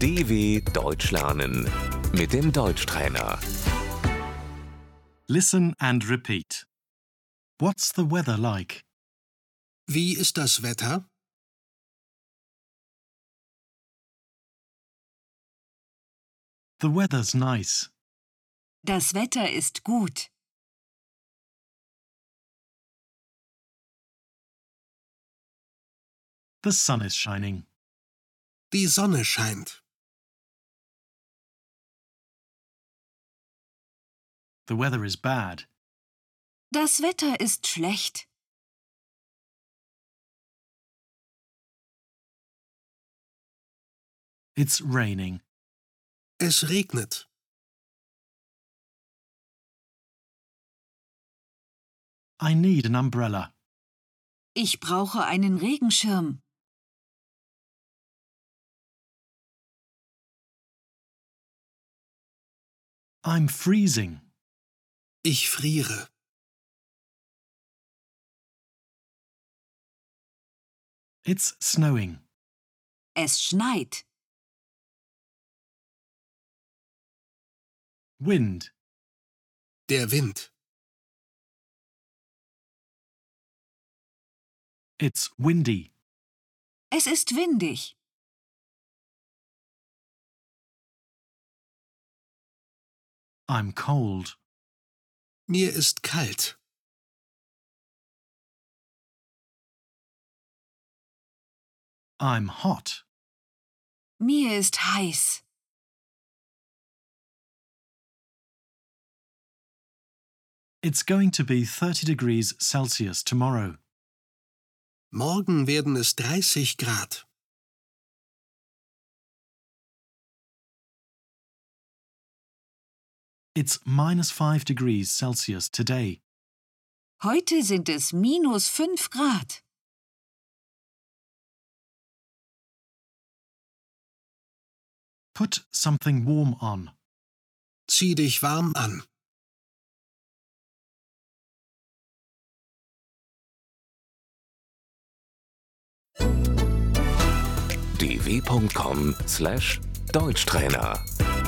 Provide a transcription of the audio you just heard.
DW Deutsch lernen mit dem Deutschtrainer. Listen and repeat. What's the weather like? Wie ist das Wetter? The weather's nice. Das Wetter ist gut. The sun is shining. Die Sonne scheint. The weather is bad. Das Wetter ist schlecht. It's raining. Es regnet. I need an umbrella. Ich brauche einen Regenschirm. I'm freezing. Ich friere. It's snowing. Es schneit. Wind. Der Wind. It's windy. Es ist windig. I'm cold. Mir ist kalt. I'm hot. Mir ist heiß. It's going to be 30 degrees Celsius tomorrow. Morgen werden es 30 Grad. It's minus 5 degrees Celsius today. Heute sind es minus 5 Grad. Put something warm on. Zieh dich warm an. dw.com/deutschtrainer